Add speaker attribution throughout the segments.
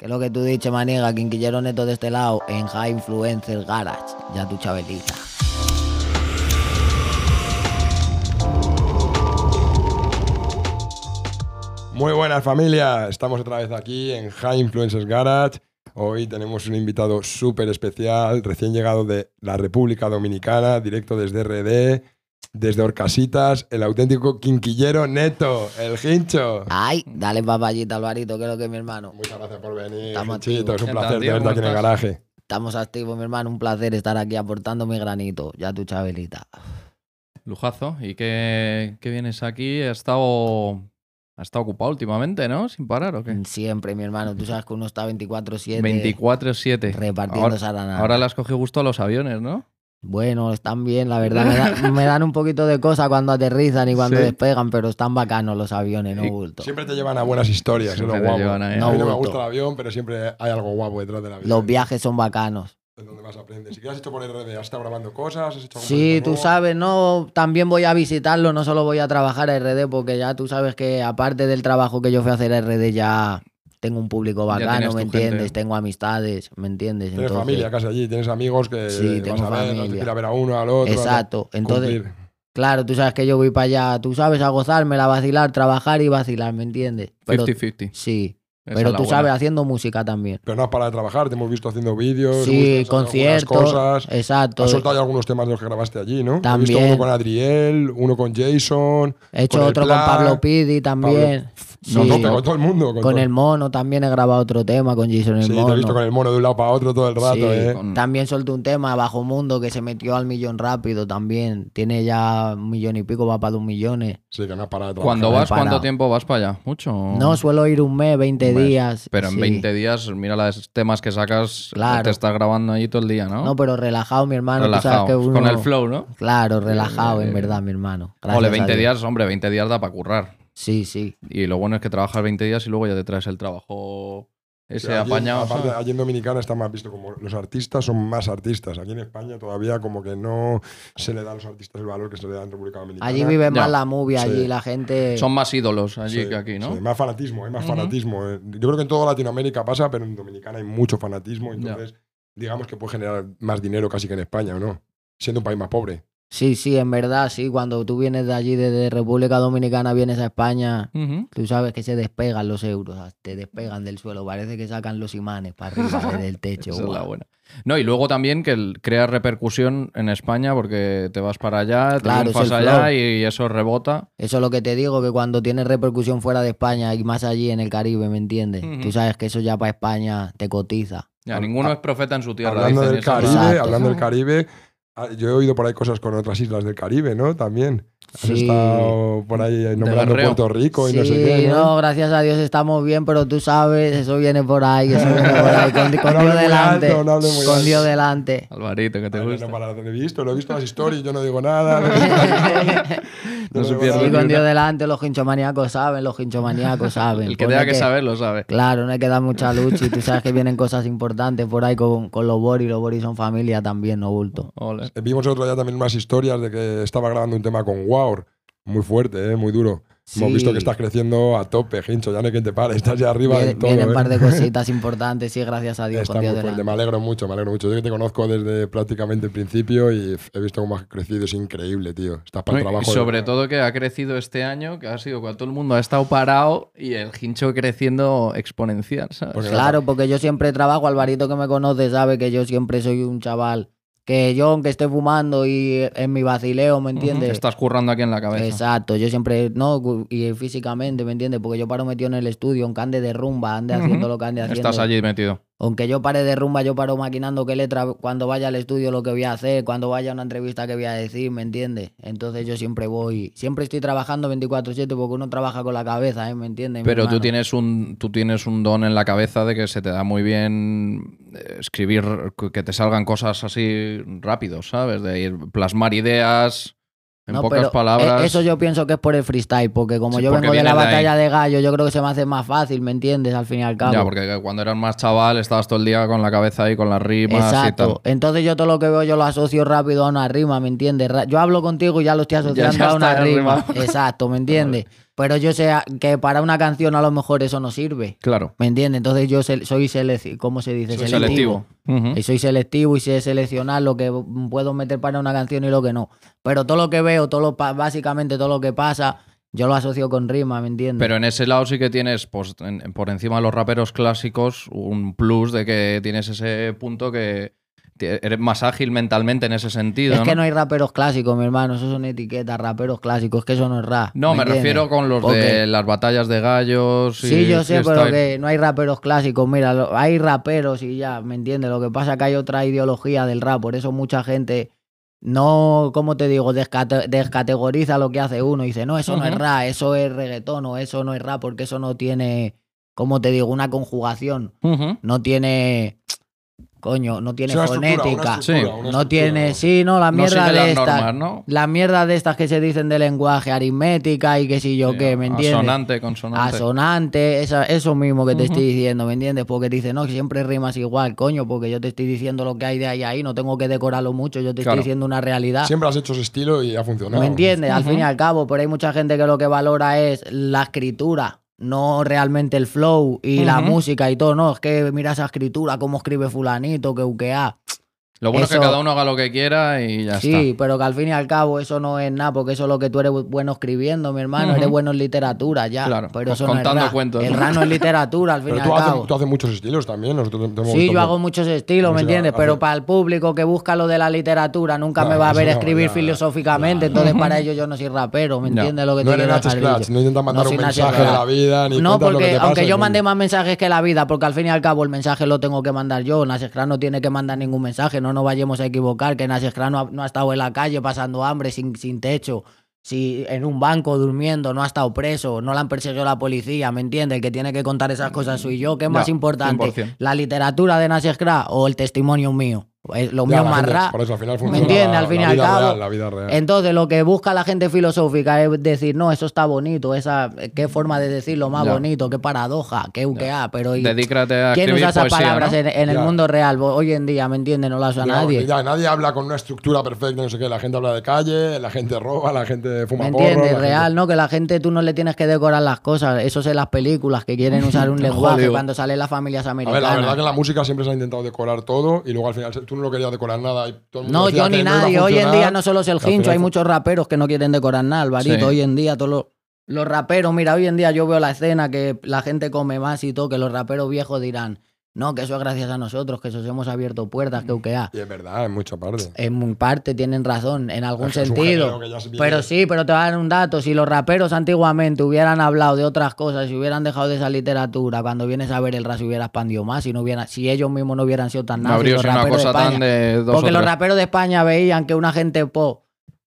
Speaker 1: Que lo que tú dices, maniga, quinquillero neto de este lado, en High Influencer Garage, ya tu chabelita.
Speaker 2: Muy buenas familia, estamos otra vez aquí en High Influencers Garage. Hoy tenemos un invitado súper especial, recién llegado de la República Dominicana, directo desde RD, desde Orcasitas, el auténtico quinquillero neto, el hincho.
Speaker 1: Ay, dale papayita, Alvarito, que es lo que es mi hermano.
Speaker 2: Muchas gracias por venir,
Speaker 1: Estamos
Speaker 2: Hinchito,
Speaker 1: activos.
Speaker 2: es un
Speaker 3: ¿Qué
Speaker 2: placer
Speaker 3: tal, tío?
Speaker 2: tenerte aquí en
Speaker 3: ¿Cómo
Speaker 2: el
Speaker 3: estás?
Speaker 2: garaje.
Speaker 1: Estamos activos, mi hermano, un placer estar aquí aportando mi granito, ya tu chabelita.
Speaker 3: Lujazo. ¿Y qué, qué vienes aquí? Ha estado, ha estado ocupado últimamente, ¿no? Sin parar, ¿o qué?
Speaker 1: Siempre, mi hermano, tú sabes que uno está 24-7
Speaker 3: 24-7.
Speaker 1: repartiendo
Speaker 3: Ahora,
Speaker 1: sarana.
Speaker 3: ahora le has cogido gusto a los aviones, ¿no?
Speaker 1: Bueno, están bien, la verdad. Me, da- me dan un poquito de cosa cuando aterrizan y cuando
Speaker 3: Sí.
Speaker 1: despegan, pero están bacanos los aviones, no
Speaker 3: Y
Speaker 1: bulto.
Speaker 2: Siempre te llevan a buenas historias, es
Speaker 3: Siempre
Speaker 2: lo
Speaker 3: te
Speaker 2: guapo.
Speaker 3: llevan
Speaker 2: a
Speaker 3: ahí,
Speaker 2: mí
Speaker 1: No,
Speaker 2: no me
Speaker 1: bulto.
Speaker 2: gusta el avión, pero siempre hay algo guapo detrás del avión.
Speaker 1: Los viajes son bacanos.
Speaker 2: Es donde más aprendes. ¿Y qué has hecho por RD? ¿Has estado grabando cosas? ¿Has hecho algún
Speaker 1: Sí,
Speaker 2: proyecto
Speaker 1: tú
Speaker 2: nuevo?
Speaker 1: sabes, no, también voy a visitarlo, no solo voy a trabajar a RD, porque ya tú sabes que aparte del trabajo que yo fui a hacer a RD, ya tengo un público
Speaker 3: Ya
Speaker 1: bacano,
Speaker 3: tienes
Speaker 1: ¿me
Speaker 3: tu gente.
Speaker 1: entiendes? Tengo amistades, ¿me entiendes?
Speaker 2: Tienes familia casi allí, tienes amigos que
Speaker 1: Sí,
Speaker 2: vas
Speaker 1: tengo
Speaker 2: a ver, no te
Speaker 1: familia.
Speaker 2: ir a ver a uno, al otro.
Speaker 1: Exacto,
Speaker 2: a
Speaker 1: entonces-
Speaker 2: cumplir.
Speaker 1: claro, tú sabes que yo voy para allá, tú sabes, a gozármela, a vacilar, trabajar y vacilar, ¿me entiendes? Pero,
Speaker 3: 50-50. Esa
Speaker 1: sí,
Speaker 3: es
Speaker 1: pero
Speaker 3: la
Speaker 1: tú
Speaker 3: buena.
Speaker 1: sabes, haciendo música también.
Speaker 2: Pero no has parado de trabajar, te hemos visto haciendo vídeos,
Speaker 1: Sí,
Speaker 2: hemos visto haciendo algunas
Speaker 1: conciertos,
Speaker 2: cosas.
Speaker 1: exacto.
Speaker 2: Has soltado ya algunos temas de los que grabaste allí, ¿no? He visto
Speaker 1: También.
Speaker 2: uno con Adriel, uno con Jason,
Speaker 1: He
Speaker 2: con
Speaker 1: hecho
Speaker 2: el
Speaker 1: otro
Speaker 2: Pla,
Speaker 1: con Pablo Pidi también.
Speaker 2: no,
Speaker 1: Sí,
Speaker 2: no, pero con todo el mundo. Con,
Speaker 1: con
Speaker 2: todo-
Speaker 1: el mono también he grabado otro tema con Jason el
Speaker 2: Sí, te he
Speaker 1: mono.
Speaker 2: visto con el mono de un lado para otro todo el rato,
Speaker 1: Sí,
Speaker 2: ¿eh?
Speaker 3: con-
Speaker 1: También soltó un tema, Bajo Mundo, que se metió al millón rápido también. Tiene ya un millón y pico, va para dos millones.
Speaker 2: Sí, que no has parado de trabajar.
Speaker 3: Cuando
Speaker 1: me he
Speaker 3: vas,
Speaker 1: parado.
Speaker 3: ¿cuánto tiempo vas para allá? ¿Mucho?
Speaker 1: No, suelo ir un mes, 20
Speaker 3: Oh. Un mes.
Speaker 1: días.
Speaker 3: Pero en
Speaker 1: sí.
Speaker 3: 20 días, mira los temas que sacas, eh,
Speaker 1: Claro.
Speaker 3: te estás grabando allí todo el día, ¿no?
Speaker 1: No, pero relajado, mi hermano. tú sabes
Speaker 3: Relajado.
Speaker 1: que uno-
Speaker 3: Con el flow, ¿no?
Speaker 1: Claro, relajado, en
Speaker 3: Eh,
Speaker 1: verdad, mi hermano. Gracias
Speaker 3: Ole,
Speaker 1: a
Speaker 3: 20
Speaker 1: Dios.
Speaker 3: días, hombre, 20 días da para currar.
Speaker 1: Sí, sí.
Speaker 3: Y lo bueno es que trabajas 20 días y luego ya te traes el trabajo ese
Speaker 2: Sí, allí,
Speaker 3: apañado.
Speaker 2: aparte,
Speaker 3: ¿sabes?
Speaker 2: allí en Dominicana está más visto como los artistas son más artistas. Aquí en España todavía como que no se le da a los artistas el valor que se le da en República Dominicana.
Speaker 1: Allí vive
Speaker 3: Ya.
Speaker 1: más la movie, allí
Speaker 2: Sí.
Speaker 1: la gente.
Speaker 3: Son más ídolos allí
Speaker 2: Sí,
Speaker 3: que aquí, ¿no?
Speaker 2: sí, más fanatismo, hay más
Speaker 3: Ujú.
Speaker 2: fanatismo. eh. Yo creo que en toda Latinoamérica pasa, pero en Dominicana hay mucho fanatismo. Entonces, digamos que puede generar más dinero casi que en España, ¿o no? Siendo un país más pobre.
Speaker 1: Sí, sí, en verdad, sí. Cuando tú vienes de allí, desde República Dominicana, vienes a España.
Speaker 3: Ujú.
Speaker 1: Tú sabes que se despegan los euros, te despegan del suelo, parece que sacan los imanes para arriba del techo.
Speaker 3: Esa es la
Speaker 1: guau.
Speaker 3: buena. No, y luego también que el- crea repercusión en España porque te vas para allá,
Speaker 1: Claro,
Speaker 3: te vas
Speaker 1: es el flow.
Speaker 3: allá y eso rebota.
Speaker 1: Eso es lo que te digo, que cuando tiene repercusión fuera de España y más allí en el Caribe, ¿me entiendes?
Speaker 3: Ujú.
Speaker 1: Tú sabes que eso ya para España te cotiza.
Speaker 3: Ya,
Speaker 2: Hab-
Speaker 3: ninguno
Speaker 2: ha-
Speaker 3: es profeta en su tierra.
Speaker 2: Hablando
Speaker 3: dicen
Speaker 2: del
Speaker 3: eso, ¿no?
Speaker 2: Caribe,
Speaker 1: Exacto.
Speaker 2: hablando del Caribe, ah, yo he oído por ahí cosas con otras islas del Caribe, ¿no? También. Has
Speaker 1: Sí.
Speaker 2: estado por ahí nombrando
Speaker 3: berreo.
Speaker 2: Puerto Rico y
Speaker 1: sí,
Speaker 2: no sé qué. ¿no?
Speaker 1: no, gracias a Dios estamos bien, pero tú sabes, eso viene por ahí, eso viene por ahí, con, con
Speaker 2: No hable
Speaker 1: Dios
Speaker 2: muy
Speaker 1: delante.
Speaker 2: alto, no hable muy
Speaker 1: con
Speaker 2: alto.
Speaker 1: Dios delante.
Speaker 3: Alvarito, que te
Speaker 2: Ah, no,
Speaker 3: gusta.
Speaker 2: no, para, lo he visto, lo he visto en las historias, yo no digo nada. no digo nada.
Speaker 3: No se
Speaker 2: digo
Speaker 3: pierde
Speaker 2: nada.
Speaker 1: Sí,
Speaker 3: ni una.
Speaker 1: con Dios delante, los hinchomaníacos saben, los hinchomaníacos saben.
Speaker 3: el que
Speaker 1: Pues no
Speaker 3: tenga
Speaker 1: hay
Speaker 3: que saber lo sabe.
Speaker 1: Claro, no hay que dar mucha lucha y tú sabes que vienen cosas importantes por ahí con, con los Boris. Los Boris son familia también, no bulto.
Speaker 3: Ole.
Speaker 2: Eh, Vimos el otro día también unas historias de que estaba grabando un tema con Wow. Muy fuerte, ¿eh? muy duro. Hemos
Speaker 1: Sí.
Speaker 2: visto que estás creciendo a tope, Hincho. Ya no hay quien te pare, estás ya arriba
Speaker 1: Viene-
Speaker 2: del todo.
Speaker 1: vienen un
Speaker 2: ¿eh?
Speaker 1: par de cositas importantes, sí, gracias a Dios.
Speaker 2: Está
Speaker 1: con
Speaker 2: muy
Speaker 1: Dios
Speaker 2: fuerte, me
Speaker 1: delante.
Speaker 2: alegro mucho, me alegro mucho. Yo que te conozco desde prácticamente el principio y f, he visto cómo has crecido, es increíble, tío. Estás para el
Speaker 3: No, y
Speaker 2: trabajo. de
Speaker 3: sobre
Speaker 2: verdad.
Speaker 3: todo que ha crecido este año, que ha sido cuando todo el mundo ha estado parado y el hincho creciendo exponencial, ¿sabes?
Speaker 2: Porque
Speaker 1: Claro, porque yo siempre trabajo, Alvarito que me conoce sabe que yo siempre soy un chaval. Que yo, aunque esté fumando y en mi vacileo, ¿me entiendes?
Speaker 3: Ujú, Estás currando aquí en la cabeza.
Speaker 1: Exacto, yo siempre, no, gu- y físicamente, ¿me entiendes? Porque yo paro metido en el estudio, aunque ande de rumba, ande
Speaker 3: Ujú.
Speaker 1: haciendo lo que ande haciendo.
Speaker 3: Estás allí metido.
Speaker 1: Aunque yo pare de rumba, yo paro maquinando qué letra, cuando vaya al estudio lo que voy a hacer, cuando vaya a una entrevista que voy a decir, ¿me entiendes? Entonces yo siempre voy, siempre estoy trabajando 24/7 porque uno trabaja con la cabeza, ¿eh? ¿me entiendes? mi
Speaker 3: Pero tú
Speaker 1: hermano?
Speaker 3: tienes, un, tú tienes un don en la cabeza de que se te da muy bien eh, escribir, que- que te salgan cosas así rápido, ¿sabes? De ir plasmar ideas en
Speaker 1: No,
Speaker 3: pocas
Speaker 1: pero
Speaker 3: palabras.
Speaker 1: e- Eso yo pienso que es por el freestyle, porque como
Speaker 3: Sí,
Speaker 1: yo
Speaker 3: porque
Speaker 1: vengo de la
Speaker 3: viene de ahí.
Speaker 1: batalla de gallo, yo creo que se me hace más fácil, ¿me entiendes? Al fin y al cabo.
Speaker 3: Ya, porque cuando eras más chaval estabas todo el día con la cabeza ahí, con las rimas y
Speaker 1: Exacto.
Speaker 3: tal.
Speaker 1: Entonces yo todo lo que veo yo lo asocio rápido a una rima, ¿me entiendes? Ra- Yo hablo contigo y ya lo estoy asociando
Speaker 3: ya
Speaker 1: a una
Speaker 3: está
Speaker 1: rima.
Speaker 3: rimado.
Speaker 1: Exacto, ¿me entiendes? Pero yo sé a- que para una canción a lo mejor eso no sirve.
Speaker 3: Claro.
Speaker 1: ¿Me entiendes? Entonces yo se- soy selectivo. ¿Cómo se dice?
Speaker 2: Soy
Speaker 3: Ujú.
Speaker 1: Y soy selectivo y sé seleccionar lo que puedo meter para una canción y lo que no. Pero todo lo que veo, todo lo pa- básicamente todo lo que pasa, yo lo asocio con rima, ¿me entiendes?
Speaker 3: Pero en ese lado sí que tienes, pues, en- en- por encima de los raperos clásicos, un plus de que tienes ese punto que te- eres más ágil mentalmente en ese sentido.
Speaker 1: es
Speaker 3: ¿no?
Speaker 1: que no hay raperos clásicos, mi hermano. Eso son etiquetas, raperos clásicos, que eso no es rap.
Speaker 3: No, me,
Speaker 1: entiendes?
Speaker 3: refiero con los de
Speaker 1: Porque-
Speaker 3: las batallas de gallos. Y
Speaker 1: Sí, yo sé, pero
Speaker 3: freestyle.
Speaker 1: que no hay raperos clásicos. Mira, lo- hay raperos y ya, ¿me entiendes? Lo que pasa es que hay otra ideología del rap. Por eso mucha gente no, ¿cómo te digo? Descate- descategoriza lo que hace uno. Y dice, no, eso no es
Speaker 3: Ujú.
Speaker 1: rap, eso es reggaetón o eso no es rap porque eso no tiene, ¿cómo te digo? Una conjugación.
Speaker 3: Ujú.
Speaker 1: No tiene, coño, no tiene
Speaker 2: Es una estructura, una
Speaker 1: fonética.
Speaker 3: Sí.
Speaker 2: estructura, una
Speaker 1: No tiene,
Speaker 2: estructura.
Speaker 1: sí, no, la
Speaker 3: No
Speaker 1: mierda
Speaker 3: sigue
Speaker 1: de
Speaker 3: las
Speaker 1: esta.
Speaker 3: normas, ¿no?
Speaker 1: La mierda de estas que se dicen de lenguaje, aritmética y qué sé yo qué, ¿me entiendes?
Speaker 3: Asonante, consonante.
Speaker 1: asonante, esa- eso mismo que te
Speaker 3: Ujú.
Speaker 1: estoy diciendo, ¿me entiendes? Porque te dice, no, que siempre rimas igual, coño, porque yo te estoy diciendo lo que hay de ahí a ahí, no tengo que decorarlo mucho, yo te
Speaker 3: Claro.
Speaker 1: estoy diciendo una realidad.
Speaker 2: Siempre has hecho ese estilo y ha funcionado.
Speaker 1: ¿Me entiendes? Al
Speaker 3: Ujú.
Speaker 1: fin y al cabo, pero hay mucha gente que lo que valora es la escritura, no realmente el flow y la
Speaker 3: Ujú.
Speaker 1: música y todo, no, es que mira esa escritura, cómo escribe fulanito, que uquea.
Speaker 3: Lo bueno es
Speaker 1: eso-
Speaker 3: que cada uno haga lo que quiera y ya
Speaker 1: sí, pero que al fin y al cabo eso no es nada, porque eso es lo que tú eres bueno escribiendo, mi hermano,
Speaker 3: Ujú.
Speaker 1: eres bueno en literatura ya,
Speaker 3: Claro,
Speaker 1: pero eso
Speaker 3: contando
Speaker 1: no es rap.
Speaker 3: cuentos.
Speaker 1: El rap no es literatura, al fin
Speaker 2: Pero
Speaker 1: y al
Speaker 2: tú
Speaker 1: cabo.
Speaker 2: haces, tú haces muchos estilos también. Nosotros te hemos
Speaker 1: Sí,
Speaker 2: visto
Speaker 1: yo
Speaker 2: por-
Speaker 1: hago muchos estilos, ¿me
Speaker 2: Música,
Speaker 1: entiendes?
Speaker 2: hace-
Speaker 1: Pero para el público que busca lo de la literatura, nunca
Speaker 2: No,
Speaker 1: me va a
Speaker 2: eso
Speaker 1: ver
Speaker 2: no,
Speaker 1: escribir
Speaker 2: ya,
Speaker 1: filosóficamente.
Speaker 2: ya, ya.
Speaker 1: Entonces, para ello yo no soy rapero, ¿me
Speaker 3: Ya.
Speaker 1: entiendes? Lo que
Speaker 2: No
Speaker 1: te
Speaker 2: eres
Speaker 1: quiero
Speaker 2: Nacho
Speaker 1: dejar
Speaker 2: Scratch,
Speaker 1: dicho.
Speaker 2: no intentas mandar
Speaker 1: soy
Speaker 2: un
Speaker 1: Nacho
Speaker 2: mensaje
Speaker 1: Scratch.
Speaker 2: de la vida, ni
Speaker 1: No,
Speaker 2: cuentas lo que
Speaker 1: porque
Speaker 2: te pasa,
Speaker 1: aunque yo
Speaker 2: ni-
Speaker 1: mande más mensajes que la vida, porque al fin y al cabo el mensaje lo tengo que mandar yo. Nacho Scratch no tiene que mandar ningún mensaje, no nos vayamos a equivocar, que Nacho Scratch no ha, no ha estado en la calle pasando hambre, sin, sin techo. Si en un banco durmiendo no ha estado preso, no la han perseguido la policía, ¿me entiendes? El que tiene que contar esas cosas soy yo, que es
Speaker 3: Ya,
Speaker 1: más importante.
Speaker 3: 100%.
Speaker 1: ¿La literatura de Nas Scra o el testimonio mío? Eh, Lo
Speaker 2: Ya,
Speaker 1: mío
Speaker 2: la
Speaker 1: es más
Speaker 2: gente-
Speaker 1: rap.
Speaker 2: Por eso al final funciona.
Speaker 1: entiendes?
Speaker 2: la-
Speaker 1: Al fin y
Speaker 2: la
Speaker 1: al
Speaker 2: vida
Speaker 1: cabo,
Speaker 2: real, la vida real.
Speaker 1: Entonces, lo que busca la gente filosófica es decir, no, eso está bonito, esa qué forma de decirlo más
Speaker 3: Ya.
Speaker 1: bonito, qué paradoja, qué UKA, pero ¿y
Speaker 3: está. Dedícate a
Speaker 1: ¿quién
Speaker 3: escribir
Speaker 1: usa esas
Speaker 3: poesía,
Speaker 1: palabras
Speaker 3: ¿no?
Speaker 1: en, en el
Speaker 2: Ya.
Speaker 1: mundo real? Bo- Hoy en día, ¿me entiendes? No las usa
Speaker 2: Ya,
Speaker 1: nadie.
Speaker 2: ya, nadie habla con una estructura perfecta, no sé qué. La gente habla de calle, la gente roba, la gente
Speaker 1: ¿Me
Speaker 2: fuma porro.
Speaker 1: entiendes?
Speaker 2: la gente-
Speaker 1: Real, ¿no? Que la gente tú no le tienes que decorar las cosas. Eso es en las películas que quieren usar un lenguaje
Speaker 3: Hollywood.
Speaker 1: cuando salen las familias
Speaker 2: A ver,
Speaker 1: americanas.
Speaker 2: la verdad que en la música siempre se ha intentado decorar todo y luego al final se- tú no lo querías decorar nada. y todo el mundo
Speaker 1: No,
Speaker 2: decía
Speaker 1: yo
Speaker 2: que
Speaker 1: ni
Speaker 2: no iba a
Speaker 1: nadie. Hoy en
Speaker 2: funcionar.
Speaker 1: día no solo es el
Speaker 2: Y al
Speaker 1: hincho,
Speaker 2: final
Speaker 1: hay
Speaker 2: fu-
Speaker 1: muchos raperos que no quieren decorar nada, Alvarito.
Speaker 3: Sí.
Speaker 1: Hoy en día todos los, los raperos, mira, hoy en día yo veo la escena que la gente come más y todo, que los raperos viejos dirán, no, que eso es gracias a nosotros, que nos hemos abierto puertas,
Speaker 2: Mm.
Speaker 1: que UKA.
Speaker 2: Y es verdad, en mucha parte.
Speaker 1: En parte tienen razón, en algún
Speaker 2: Es que es un
Speaker 1: sentido.
Speaker 2: género que ya se viene-
Speaker 1: Pero sí, pero te voy a dar un dato. Si los raperos antiguamente hubieran hablado de otras cosas, si hubieran dejado de esa literatura, cuando vienes a ver el rap se hubiera expandido más, si, no hubiera, si ellos mismos no hubieran sido tan
Speaker 3: No
Speaker 1: nazis,
Speaker 3: habría
Speaker 1: los
Speaker 3: sido una
Speaker 1: raperos de
Speaker 3: cosa
Speaker 1: España.
Speaker 3: tan de dos
Speaker 1: Porque
Speaker 3: o
Speaker 1: los
Speaker 3: tres.
Speaker 1: raperos de España veían que una gente pop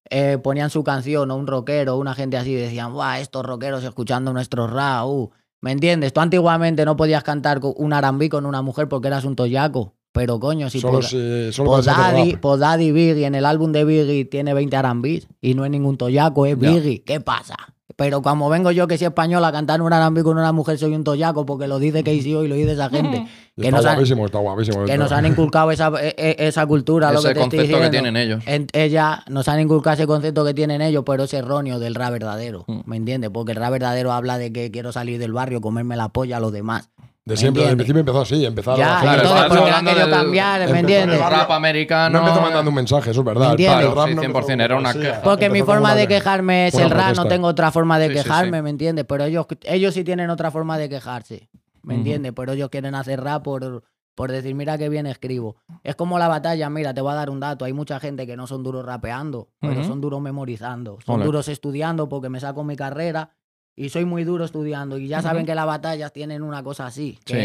Speaker 1: eh, ponían su canción o un rockero o una gente así decían, ¡guau! Estos rockeros escuchando nuestro rap, uh". ¿me entiendes? Tú antiguamente no podías cantar co- un arambí con una mujer porque eras un toyaco. Pero coño, si
Speaker 2: solo
Speaker 1: por,
Speaker 2: si, solo
Speaker 1: por
Speaker 2: puedes hacer
Speaker 1: Daddy,
Speaker 2: rap.
Speaker 1: por Daddy Biggie, en el álbum de Biggie tiene 20 arambís y no es ningún toyaco, es
Speaker 3: Ya.
Speaker 1: Biggie. ¿Qué pasa? Pero como vengo yo que soy español a cantar un arambí con una mujer, soy un toyaco porque lo dice KCO y lo dice esa gente.
Speaker 2: Y
Speaker 1: que
Speaker 2: está
Speaker 1: nos han-
Speaker 2: guapísimo, está guapísimo.
Speaker 1: que
Speaker 2: esto.
Speaker 1: nos han inculcado esa, e- e- esa cultura, lo
Speaker 3: Ese
Speaker 1: que te estoy
Speaker 3: concepto que
Speaker 1: diciendo.
Speaker 3: tienen ellos.
Speaker 1: En- ella nos han inculcado ese concepto que tienen ellos, pero es erróneo del rap verdadero,
Speaker 3: Mm.
Speaker 1: ¿me entiendes? Porque el rap verdadero habla de que quiero salir del barrio, comerme la polla a los demás.
Speaker 2: De siempre, desde el
Speaker 1: entiendes?
Speaker 2: principio empezó así, empezaron
Speaker 1: ya,
Speaker 2: a hacer-
Speaker 3: claro,
Speaker 1: entonces,
Speaker 3: estamos
Speaker 1: porque la han
Speaker 3: hablando
Speaker 1: querido
Speaker 3: del-
Speaker 1: cambiar,
Speaker 2: empezó
Speaker 1: ¿me
Speaker 2: en
Speaker 1: entiendes?
Speaker 2: el
Speaker 3: El rap americano.
Speaker 2: No empezó mandando un mensaje, eso es verdad.
Speaker 1: ¿Me entiendes?
Speaker 2: El rap
Speaker 3: Sí,
Speaker 2: no empezó
Speaker 3: 100%, era una
Speaker 2: así,
Speaker 3: queja.
Speaker 1: Porque mi
Speaker 2: empezó
Speaker 1: forma
Speaker 2: como
Speaker 1: de
Speaker 2: una queja.
Speaker 1: quejarme es
Speaker 2: Una
Speaker 1: el rap, no
Speaker 2: protesta.
Speaker 1: tengo otra forma de
Speaker 3: Sí, sí,
Speaker 1: quejarme,
Speaker 3: sí.
Speaker 1: ¿me entiendes? Pero ellos, ellos sí tienen otra forma de quejarse, ¿me
Speaker 3: Ujú.
Speaker 1: entiendes? Pero ellos quieren hacer rap por, por decir, mira qué bien escribo. Es como la batalla, mira, te voy a dar un dato, hay mucha gente que no son duros rapeando, pero
Speaker 3: Ujú.
Speaker 1: son duros memorizando, son
Speaker 3: Ole.
Speaker 1: duros estudiando porque me saco mi carrera y soy muy duro estudiando y ya saben
Speaker 3: Ujú.
Speaker 1: que las batallas tienen una cosa así, que
Speaker 3: Sí.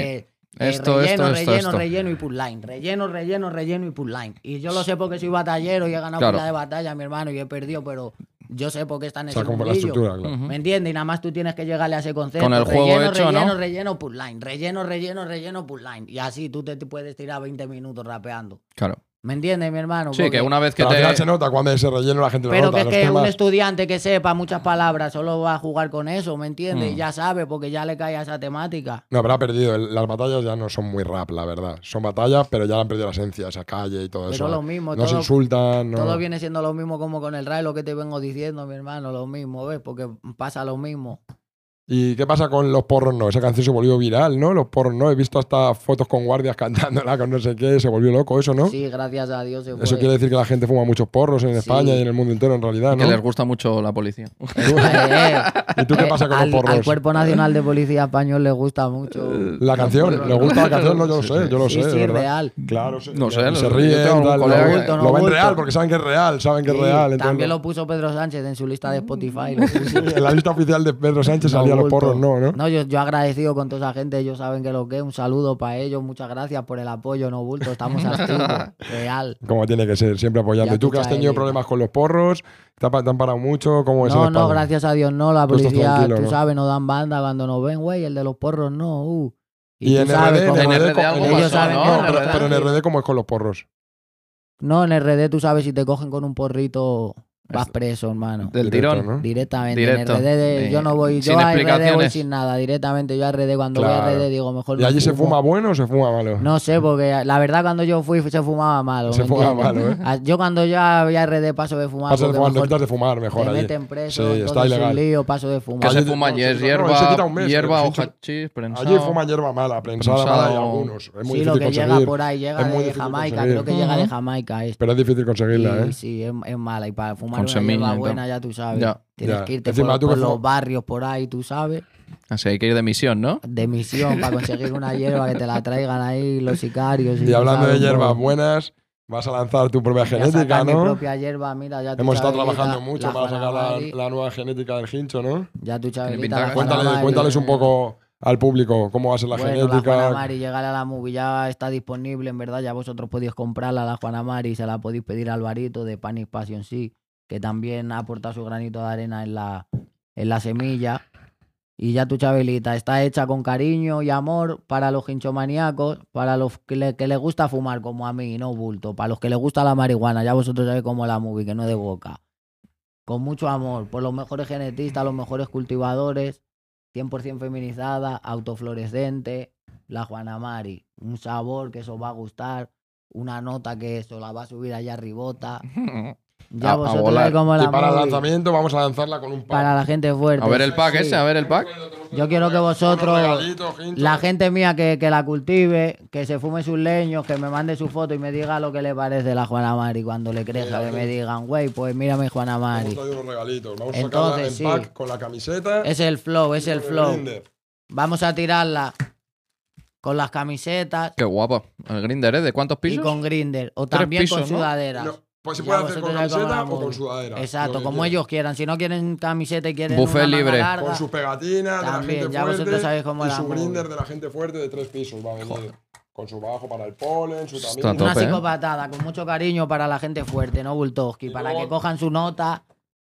Speaker 1: es eh,
Speaker 3: Esto,
Speaker 1: relleno,
Speaker 3: esto, esto,
Speaker 1: relleno,
Speaker 3: esto.
Speaker 1: relleno y pull line. Relleno, relleno, relleno y pull line. Y yo lo sé porque soy batallero y he ganado
Speaker 3: Claro.
Speaker 1: pila de batalla, mi hermano, y he perdido, pero yo sé por qué está en
Speaker 2: O
Speaker 1: ese
Speaker 2: sea, como por la
Speaker 1: mundillo.
Speaker 2: estructura, claro.
Speaker 3: Ujú.
Speaker 1: ¿Me entiendes? Y nada más tú tienes que llegarle a ese concepto.
Speaker 3: Con el juego
Speaker 1: relleno,
Speaker 3: hecho,
Speaker 1: relleno,
Speaker 3: ¿no?
Speaker 1: relleno, pull line. Relleno, relleno, relleno, pull line. Y así tú te te puedes tirar 20 minutos rapeando.
Speaker 3: Claro.
Speaker 1: ¿Me entiendes, mi hermano?
Speaker 3: Sí, que
Speaker 1: Porque-
Speaker 3: una vez que
Speaker 2: Pero al final
Speaker 3: te.
Speaker 2: se nota cuando ese relleno la gente lo
Speaker 1: pero
Speaker 2: nota.
Speaker 1: que es
Speaker 2: los
Speaker 1: que un
Speaker 2: temas-
Speaker 1: estudiante que sepa muchas palabras solo va a jugar con eso, ¿me entiendes?
Speaker 3: Mm.
Speaker 1: Y ya sabe porque ya le cae a esa temática.
Speaker 2: No, habrá perdido. el- Las batallas ya no son muy rap, la verdad. Son batallas, pero ya le han perdido la esencia, esa calle y todo
Speaker 1: Pero
Speaker 2: eso.
Speaker 1: lo mismo,
Speaker 2: no se
Speaker 1: todo-
Speaker 2: insultan, no.
Speaker 1: Todo viene siendo lo mismo como con el RAE, lo que te vengo diciendo, mi hermano, lo mismo, ¿ves? Porque pasa lo mismo.
Speaker 2: ¿Y qué pasa con los porros no? Esa canción se volvió viral, ¿no? Los porros no. He visto hasta fotos con guardias cantándola con no sé qué. Se volvió loco eso, ¿no?
Speaker 1: Sí, gracias a Dios. se
Speaker 2: Eso
Speaker 1: fue.
Speaker 2: quiere decir que la gente fuma muchos porros en
Speaker 1: Sí.
Speaker 2: España y en el mundo entero, en realidad,
Speaker 3: Que les
Speaker 2: ¿no?
Speaker 3: gusta mucho la policía.
Speaker 1: Eh, eh.
Speaker 2: ¿Y tú qué pasa con
Speaker 1: al,
Speaker 2: los
Speaker 1: al
Speaker 2: porros?
Speaker 1: Cuerpo Nacional de Policía Español le gusta mucho.
Speaker 2: La canción, ¿le gusta la canción? No, yo lo
Speaker 3: Sí,
Speaker 2: sé,
Speaker 3: sí.
Speaker 2: yo lo
Speaker 1: sí,
Speaker 2: sé,
Speaker 1: sí,
Speaker 2: de verdad.
Speaker 1: real.
Speaker 2: Claro, sí.
Speaker 3: No sé,
Speaker 2: Y
Speaker 3: yo
Speaker 2: se ríen,
Speaker 3: tengo un
Speaker 2: tal, lo,
Speaker 3: colega
Speaker 1: que-
Speaker 2: lo
Speaker 1: no
Speaker 2: ven
Speaker 1: bulto.
Speaker 2: real porque saben que es real, saben que es
Speaker 1: Sí,
Speaker 2: real. entonces
Speaker 1: También
Speaker 2: no-
Speaker 1: lo puso Pedro Sánchez en su lista de Spotify. lo puso.
Speaker 2: en la lista oficial de Pedro Sánchez
Speaker 1: No,
Speaker 2: salía los
Speaker 1: bulto.
Speaker 2: porros, no, ¿no?
Speaker 1: No, yo, yo agradecido con toda esa gente, ellos saben que lo que es. Un saludo para ellos, muchas gracias por el apoyo, no bulto, estamos activos, real.
Speaker 2: Como tiene que ser, siempre apoyando.
Speaker 1: Ya
Speaker 2: ¿Y tú que has
Speaker 1: escucha,
Speaker 2: tenido
Speaker 1: Eli.
Speaker 2: problemas con los porros? ¿Te ha pa- te han parado mucho? ¿Cómo es
Speaker 1: No,
Speaker 2: el
Speaker 1: no,
Speaker 2: España?
Speaker 1: gracias a Dios no, la
Speaker 2: Tú estás
Speaker 1: policía,
Speaker 2: tranquilo,
Speaker 1: tú
Speaker 2: ¿no?
Speaker 1: sabes, no dan banda cuando nos ven, güey, el de los porros no, uh.
Speaker 2: Y,
Speaker 1: tú
Speaker 2: en
Speaker 1: sabes
Speaker 2: RD,
Speaker 1: cómo-
Speaker 3: en
Speaker 2: RD,
Speaker 3: RD
Speaker 2: co-
Speaker 3: algo
Speaker 2: en-
Speaker 1: pasó,
Speaker 2: ellos saben
Speaker 1: ¿no?
Speaker 2: que-
Speaker 1: En
Speaker 2: pero-
Speaker 1: RD.
Speaker 2: pero en RD, ¿cómo es con los porros?
Speaker 1: No, en RD tú sabes si te cogen con un porrito, vas
Speaker 3: Es-
Speaker 1: preso, hermano.
Speaker 3: Del
Speaker 2: Directo,
Speaker 3: tirón.
Speaker 2: ¿no?
Speaker 1: Directamente.
Speaker 3: Directo.
Speaker 1: En RD de-
Speaker 3: Sí.
Speaker 1: yo no voy,
Speaker 3: Sin
Speaker 1: yo a RD voy
Speaker 3: explicaciones.
Speaker 1: sin nada, directamente yo a RD cuando voy
Speaker 2: Claro.
Speaker 1: a RD digo mejor.
Speaker 2: ¿Y
Speaker 1: no
Speaker 2: allí se
Speaker 1: fumo.
Speaker 2: fuma bueno o se fuma malo?
Speaker 1: No sé, porque la verdad cuando yo fui se fumaba malo.
Speaker 2: Se
Speaker 1: ¿me
Speaker 2: fumaba
Speaker 1: entiendes?
Speaker 2: malo, ¿eh?
Speaker 1: Ah, Yo cuando ya había RD paso de fumar,
Speaker 2: Pasas de
Speaker 1: porque
Speaker 2: fumar,
Speaker 1: mejor
Speaker 2: necesitas de fumar mejor
Speaker 1: te
Speaker 2: allí.
Speaker 1: meten preso,
Speaker 2: Sí,
Speaker 1: entonces
Speaker 2: está
Speaker 1: es
Speaker 2: ilegal.
Speaker 1: un lío, paso de
Speaker 3: Que
Speaker 1: fumar.
Speaker 3: se
Speaker 2: Allí-
Speaker 3: fuma
Speaker 2: no,
Speaker 3: y
Speaker 2: sí,
Speaker 3: es
Speaker 2: no, no, se
Speaker 3: hierba,
Speaker 2: quita un mes,
Speaker 3: hierba,
Speaker 2: se
Speaker 3: hoja
Speaker 2: quita-
Speaker 3: chis,
Speaker 2: Allí
Speaker 3: prensado.
Speaker 2: fuman hierba mala, prensada
Speaker 3: Prensado.
Speaker 2: mala hay algunos. Es muy
Speaker 1: sí, lo
Speaker 2: difícil
Speaker 1: que llega
Speaker 2: conseguir.
Speaker 1: por ahí, llega
Speaker 2: Es muy
Speaker 1: de
Speaker 2: difícil
Speaker 1: Jamaica,
Speaker 2: conseguir.
Speaker 1: creo que llega de
Speaker 3: Ujú.
Speaker 1: Jamaica esto.
Speaker 2: Pero es difícil conseguirla,
Speaker 1: Y
Speaker 2: ¿eh?
Speaker 1: sí, es, es mala. Y para fumar
Speaker 3: Con
Speaker 1: una
Speaker 3: semilla y
Speaker 1: hierba
Speaker 3: tal.
Speaker 1: buena, ya tú sabes.
Speaker 3: Ya.
Speaker 1: Tienes
Speaker 2: Ya.
Speaker 1: que irte
Speaker 2: Encima
Speaker 1: por,
Speaker 2: tú que
Speaker 1: por los
Speaker 2: fumas-
Speaker 1: barrios por ahí, tú sabes.
Speaker 3: Así Ah, hay que ir de misión, ¿no?
Speaker 1: De misión para conseguir una hierba que te la traigan ahí los sicarios.
Speaker 2: Y
Speaker 1: tú
Speaker 2: hablando de
Speaker 1: sabes,
Speaker 2: hierbas
Speaker 1: pues,
Speaker 2: buenas, vas a lanzar tu propia
Speaker 1: voy a
Speaker 2: genética,
Speaker 1: sacar mi
Speaker 2: ¿no?
Speaker 1: propia hierba, mira, ya tú
Speaker 2: Hemos estado
Speaker 1: sabes,
Speaker 2: trabajando
Speaker 1: la-
Speaker 2: mucho
Speaker 1: la
Speaker 2: para sacar la,
Speaker 1: Juanabalí.
Speaker 2: la nueva genética del hincho, ¿no?
Speaker 1: Ya tú sabes,
Speaker 3: El
Speaker 1: Lita, la
Speaker 3: Pintaca.
Speaker 1: Juana
Speaker 2: Cuéntale-
Speaker 1: Mari.
Speaker 2: cuéntales un poco al público cómo va a ser la
Speaker 1: Bueno, la
Speaker 2: genética.
Speaker 1: Juana Mari, llegar a la movie ya está disponible, en verdad. Ya vosotros podéis comprarla, la Juana Mari, se la podéis pedir al Barito de Panic Passion Sí, que también ha aportado su granito de arena en la, en la semilla. Y ya tu chabelita está hecha con cariño y amor para los hinchomaníacos, para los que le, que les gusta fumar como a mí, no bulto, para los que les gusta la marihuana, ya vosotros sabéis cómo es la movie, que no es de boca. Con mucho amor, por los mejores genetistas, los mejores cultivadores, 100% feminizada, autofluorescente, la Juana Mari, un sabor que eso va a gustar, una nota que eso la va a subir allá ribota. Ya
Speaker 3: A- a
Speaker 1: vosotros
Speaker 3: volar.
Speaker 1: sabéis cómo es
Speaker 2: Y
Speaker 1: la
Speaker 2: para el
Speaker 1: movie.
Speaker 2: lanzamiento vamos a lanzarla con un
Speaker 1: Para
Speaker 2: pack.
Speaker 1: la gente fuerte.
Speaker 3: A ver el pack
Speaker 1: sí.
Speaker 3: ese, a ver el pack.
Speaker 1: Yo quiero que vosotros-
Speaker 2: Unos regalitos, Hincho.
Speaker 1: La gente mía que, que la cultive, que se fume sus leños, que me mande su foto y me diga lo que le parece la Juana Mari cuando le crezca, que me digan, güey, pues mírame Juana
Speaker 2: Hemos
Speaker 1: Mari.
Speaker 2: traído unos regalitos. Vamos a
Speaker 1: Entonces,
Speaker 2: sacarla en
Speaker 1: sí.
Speaker 2: pack con la camiseta.
Speaker 1: Es el flow, es el
Speaker 2: con
Speaker 1: flow.
Speaker 2: grinder.
Speaker 1: Vamos a tirarla con las camisetas
Speaker 3: Qué guapo. El grinder, ¿eh? ¿De cuántos
Speaker 1: y
Speaker 3: pisos?
Speaker 1: con grinder o
Speaker 3: Tres
Speaker 1: también
Speaker 3: pisos,
Speaker 1: con
Speaker 3: ¿no?
Speaker 1: sudaderas.
Speaker 2: No, pues se
Speaker 1: Ya
Speaker 2: puede hacer con
Speaker 1: vosotros sabéis cómo
Speaker 2: camiseta
Speaker 1: la
Speaker 2: o con
Speaker 1: movie.
Speaker 2: sudadera. lo
Speaker 1: Exacto,
Speaker 2: que
Speaker 1: como
Speaker 2: quieras.
Speaker 1: ellos quieran. Si no quieren camiseta y quieren
Speaker 3: Buffet
Speaker 1: una
Speaker 3: libre.
Speaker 1: manga
Speaker 2: Con
Speaker 1: larga,
Speaker 2: sus pegatinas de la
Speaker 1: También,
Speaker 2: gente
Speaker 1: ya
Speaker 2: fuerte
Speaker 1: vosotros sabéis cómo
Speaker 2: y
Speaker 1: la
Speaker 2: su
Speaker 1: movie.
Speaker 2: grinder de la gente fuerte de tres pisos va a venir. Con su bajo para el polen, su
Speaker 3: Está
Speaker 2: tamina.
Speaker 3: a
Speaker 1: Una
Speaker 3: tope, ¿eh?
Speaker 1: psicopatada, con mucho cariño para la gente fuerte, ¿no, Bultoski?
Speaker 2: Y
Speaker 1: Para
Speaker 2: luego-
Speaker 1: que cojan su nota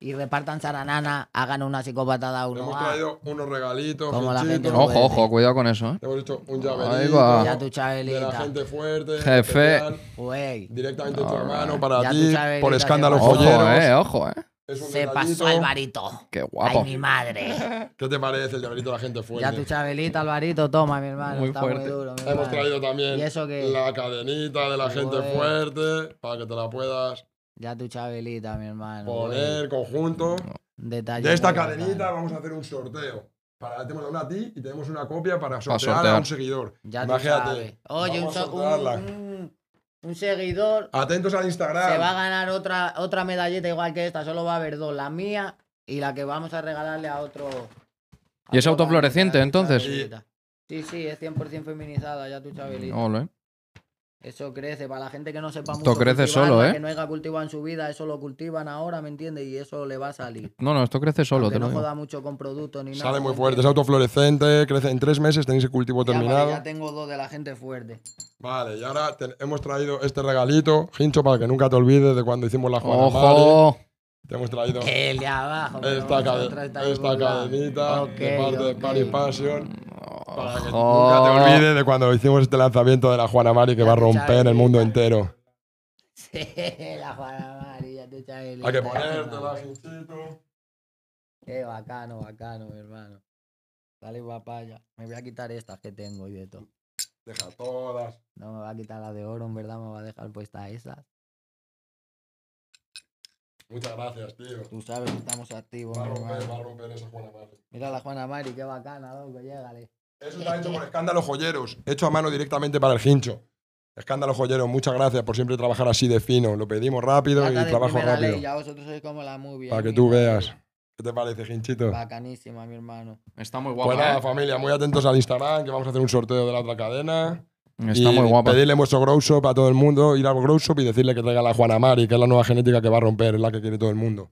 Speaker 1: y repartan saranana, hagan una psicopatada a
Speaker 2: Le
Speaker 1: uno.
Speaker 2: Hemos
Speaker 1: Ah,
Speaker 2: traído unos regalitos,
Speaker 1: Como la gente
Speaker 2: hinchitos.
Speaker 1: no puede.
Speaker 3: Ojo, ojo, cuidado con eso, ¿eh?
Speaker 2: Le Hemos hecho un
Speaker 3: Ahí
Speaker 2: llaverito
Speaker 3: va.
Speaker 1: Ya tu chabelita.
Speaker 2: de la gente fuerte.
Speaker 3: Jefe.
Speaker 2: especial,
Speaker 1: güey.
Speaker 2: Directamente de tu
Speaker 3: Alright.
Speaker 2: hermano para
Speaker 1: Ya tu
Speaker 2: ti,
Speaker 1: chabelita
Speaker 2: por
Speaker 1: se
Speaker 2: escándalo
Speaker 1: pasó.
Speaker 3: Ojo,
Speaker 2: folleros.
Speaker 3: eh, ojo, eh.
Speaker 2: Es un
Speaker 1: Se
Speaker 2: regalito.
Speaker 1: pasó Alvarito.
Speaker 3: Qué
Speaker 1: Ay,
Speaker 3: guapo.
Speaker 1: mi madre.
Speaker 2: ¿Qué te parece el llaverito de la gente fuerte?
Speaker 1: Ya tu chabelita, Alvarito, toma, mi hermano.
Speaker 3: Muy
Speaker 1: está
Speaker 3: fuerte.
Speaker 1: muy duro, mi
Speaker 2: Hemos
Speaker 1: hermano.
Speaker 2: traído también
Speaker 1: ¿Y eso qué?
Speaker 2: la cadenita de la
Speaker 1: Qué
Speaker 2: gente
Speaker 1: bueno.
Speaker 2: fuerte para que te la puedas
Speaker 1: Ya tu chabelita, mi hermano. güey.
Speaker 2: poner conjunto.
Speaker 1: Un detalle
Speaker 2: De esta
Speaker 1: muy bacano.
Speaker 2: cadenita vamos a hacer un sorteo. Para, te hemos dado una a ti y tenemos una copia para sortear, a
Speaker 3: sortear.
Speaker 2: un seguidor.
Speaker 1: Ya tú sabes.
Speaker 2: Imagínate.
Speaker 1: Oye, un,
Speaker 2: vamos a
Speaker 1: so- un-
Speaker 2: sortearla.
Speaker 1: un- un seguidor
Speaker 2: Atentos al Instagram.
Speaker 1: se va a ganar otra, otra medalleta igual que esta, solo va a haber dos, la mía y la que vamos a regalarle a otro. a
Speaker 3: ¿Y es
Speaker 1: otro
Speaker 3: autofluorescente,
Speaker 1: candidata,
Speaker 3: entonces?
Speaker 1: candidata. Sí, sí, es 100% feminizada, ya tu chabelita.
Speaker 3: Ole.
Speaker 1: Eso crece, para la gente que no sepa
Speaker 3: Esto
Speaker 1: mucho.
Speaker 3: crece
Speaker 1: cultivarla,
Speaker 3: solo, ¿eh?
Speaker 1: Que no haya cultivado en su vida, eso lo cultivan ahora, ¿me entiendes? Y eso le va a salir.
Speaker 3: No, no, esto crece solo,
Speaker 1: Aunque
Speaker 3: te lo
Speaker 1: no
Speaker 3: digo.
Speaker 1: joda mucho con productos ni nada.
Speaker 2: Sale muy
Speaker 1: ¿me
Speaker 2: fuerte, es
Speaker 1: entiendes?
Speaker 2: autofluorescente, crece en tres meses, tenéis el cultivo
Speaker 1: Ya, vale,
Speaker 2: terminado.
Speaker 1: ya tengo dos de la gente fuerte.
Speaker 2: Vale, y ahora te- hemos traído este regalito, Hincho, para que nunca te olvides de cuando hicimos la Juana Mari.
Speaker 3: Ojo.
Speaker 2: Te hemos traído
Speaker 1: El de abajo. pero
Speaker 2: esta, cade-
Speaker 1: vosotros estáis
Speaker 2: esta
Speaker 1: por un lado.
Speaker 2: cadenita
Speaker 1: Ok,
Speaker 2: de parte de
Speaker 1: ok.
Speaker 2: Paris Passion. Para que nunca te
Speaker 3: Ojo.
Speaker 2: olvides de cuando hicimos este lanzamiento de la Juana Mari que va a romper el mundo entero.
Speaker 1: la Juana Mari, ya tu chabelita.
Speaker 2: Hay que ponértela, Hinchito.
Speaker 1: Qué bacano, bacano, mi hermano. Dale papaya. Me voy a quitar estas que tengo y de todo.
Speaker 2: Deja todas.
Speaker 1: No me va a quitar la de oro, en verdad me va a dejar puesta esas.
Speaker 2: Muchas gracias, tío.
Speaker 1: Tú sabes que estamos activos.
Speaker 2: Va a
Speaker 1: normal.
Speaker 2: romper, va a romper esa Juana Mari.
Speaker 1: Mira la Juana Mari, qué bacana, loco, llégale.
Speaker 2: Eso está hecho con Escándalo Joyeros, hecho a mano directamente para el hincho. Escándalo Joyeros, muchas gracias por siempre trabajar así de fino. Lo pedimos rápido
Speaker 1: Trata
Speaker 2: y
Speaker 1: de
Speaker 2: trabajo
Speaker 1: primera
Speaker 2: rápido.
Speaker 1: ley, ya vosotros sois como la movie.
Speaker 2: para
Speaker 1: ahí,
Speaker 2: que
Speaker 1: mi
Speaker 2: tú
Speaker 1: hermano.
Speaker 2: veas. ¿Qué te parece, hinchito?
Speaker 1: Bacanísima, mi hermano.
Speaker 3: Está muy
Speaker 2: Pues nada,
Speaker 3: guapa. ¿eh?
Speaker 2: familia, muy atentos al Instagram, que vamos a hacer un sorteo de la otra cadena.
Speaker 3: ¿eh? Está
Speaker 2: Y
Speaker 3: muy guapa.
Speaker 2: Pedirle vuestro grow shop a todo el mundo, ir al grow shop y decirle que traiga la Juana Mari, que es la nueva genética que va a romper, es la que quiere todo el mundo.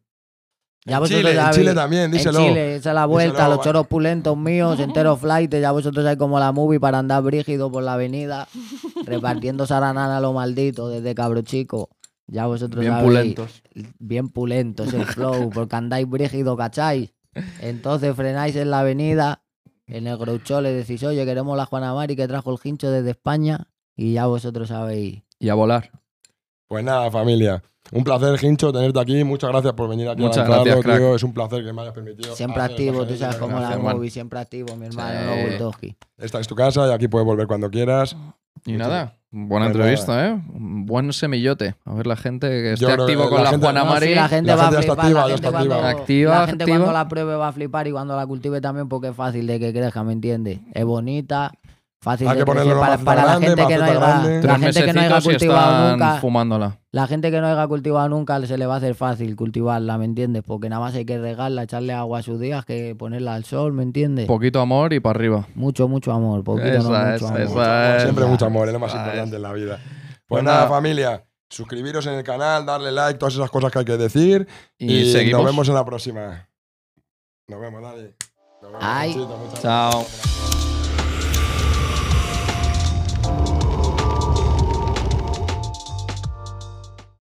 Speaker 1: Ya vosotros
Speaker 2: Chile, en
Speaker 1: sabéis.
Speaker 2: Chile también, díselo.
Speaker 1: En Chile, esa es la vuelta,
Speaker 2: Díselo,
Speaker 1: los
Speaker 2: va.
Speaker 1: choros pulentos míos, enteros flight, ya vosotros hay como la movie para andar brígido por la avenida, repartiendo saranana a lo maldito desde cabro chico. Ya vosotros
Speaker 3: Bien
Speaker 1: sabéis.
Speaker 3: pulentos.
Speaker 1: Bien pulentos el flow, porque andáis brígido, ¿cacháis? Entonces frenáis en la avenida, en el groucho le decís, oye, queremos la Juana Mari que trajo el hincho desde España, y ya vosotros sabéis.
Speaker 3: Y a volar.
Speaker 2: Pues nada, familia. Un placer, Hincho, tenerte aquí. Muchas gracias por venir aquí
Speaker 3: Muchas
Speaker 2: a lanzarlo,
Speaker 3: gracias, crack.
Speaker 2: tío. Es un placer que me hayas permitido.
Speaker 1: Siempre
Speaker 2: hacer
Speaker 1: activo,
Speaker 2: esta
Speaker 1: tú sabes
Speaker 2: genética.
Speaker 1: cómo la
Speaker 3: Gracias,
Speaker 1: movie,
Speaker 3: hermano.
Speaker 1: siempre activo, mi hermano,
Speaker 3: Sí.
Speaker 1: no Bultoski.
Speaker 2: Esta es tu casa y aquí puedes volver cuando quieras.
Speaker 3: Y
Speaker 2: Muchas
Speaker 3: nada, buena
Speaker 2: Pues
Speaker 3: entrevista, ¿eh? Un buen semillote. A ver la gente que esté
Speaker 2: Yo creo
Speaker 3: activo
Speaker 2: que
Speaker 3: con
Speaker 2: la
Speaker 3: la,
Speaker 2: gente-
Speaker 3: Juana
Speaker 2: No,
Speaker 3: Mari.
Speaker 1: Sí, la gente
Speaker 2: La
Speaker 1: va
Speaker 2: gente
Speaker 1: a
Speaker 2: ya está
Speaker 1: flipar, la
Speaker 2: activa, ya
Speaker 1: gente,
Speaker 2: está
Speaker 1: cuando,
Speaker 2: activa.
Speaker 3: Activa,
Speaker 1: la gente cuando
Speaker 3: activa.
Speaker 1: la pruebe va a flipar y cuando la cultive también porque es fácil de que crezca, ¿me entiendes? Es bonita, fácil
Speaker 2: Hay
Speaker 1: de
Speaker 2: que ponerle
Speaker 1: crecer
Speaker 2: una
Speaker 1: para,
Speaker 2: maceta
Speaker 1: para la
Speaker 2: grande,
Speaker 1: gente que no
Speaker 2: maceta
Speaker 1: haya,
Speaker 2: grande.
Speaker 1: la
Speaker 3: Tres
Speaker 1: gente que no haya
Speaker 3: mesecitos y
Speaker 1: cultivado
Speaker 3: están
Speaker 1: nunca,
Speaker 3: fumándola.
Speaker 1: la gente que no haya cultivado nunca se le va a hacer fácil cultivarla, ¿me entiendes? Porque nada más hay que regarla, echarle agua a sus días, que ponerla al sol, ¿me entiendes?
Speaker 3: Poquito amor y para arriba.
Speaker 1: mucho, mucho amor, poquito no
Speaker 3: Esa,
Speaker 1: mucho
Speaker 3: esa,
Speaker 1: amor.
Speaker 3: esa. es-
Speaker 2: Siempre
Speaker 1: ya.
Speaker 2: mucho amor, es lo más
Speaker 3: Ah,
Speaker 2: importante
Speaker 3: es.
Speaker 2: en la vida. Pues,
Speaker 3: Pues
Speaker 2: nada,
Speaker 3: nada.
Speaker 2: familia. Suscribiros en el canal, darle like, todas esas cosas que hay que decir.
Speaker 3: Y,
Speaker 2: Y,
Speaker 3: seguimos.
Speaker 2: nos vemos en la próxima. Nos vemos, Dani. Nos vemos,
Speaker 1: Ay.
Speaker 2: Hinchito, muchas
Speaker 3: Chao.
Speaker 2: gracias.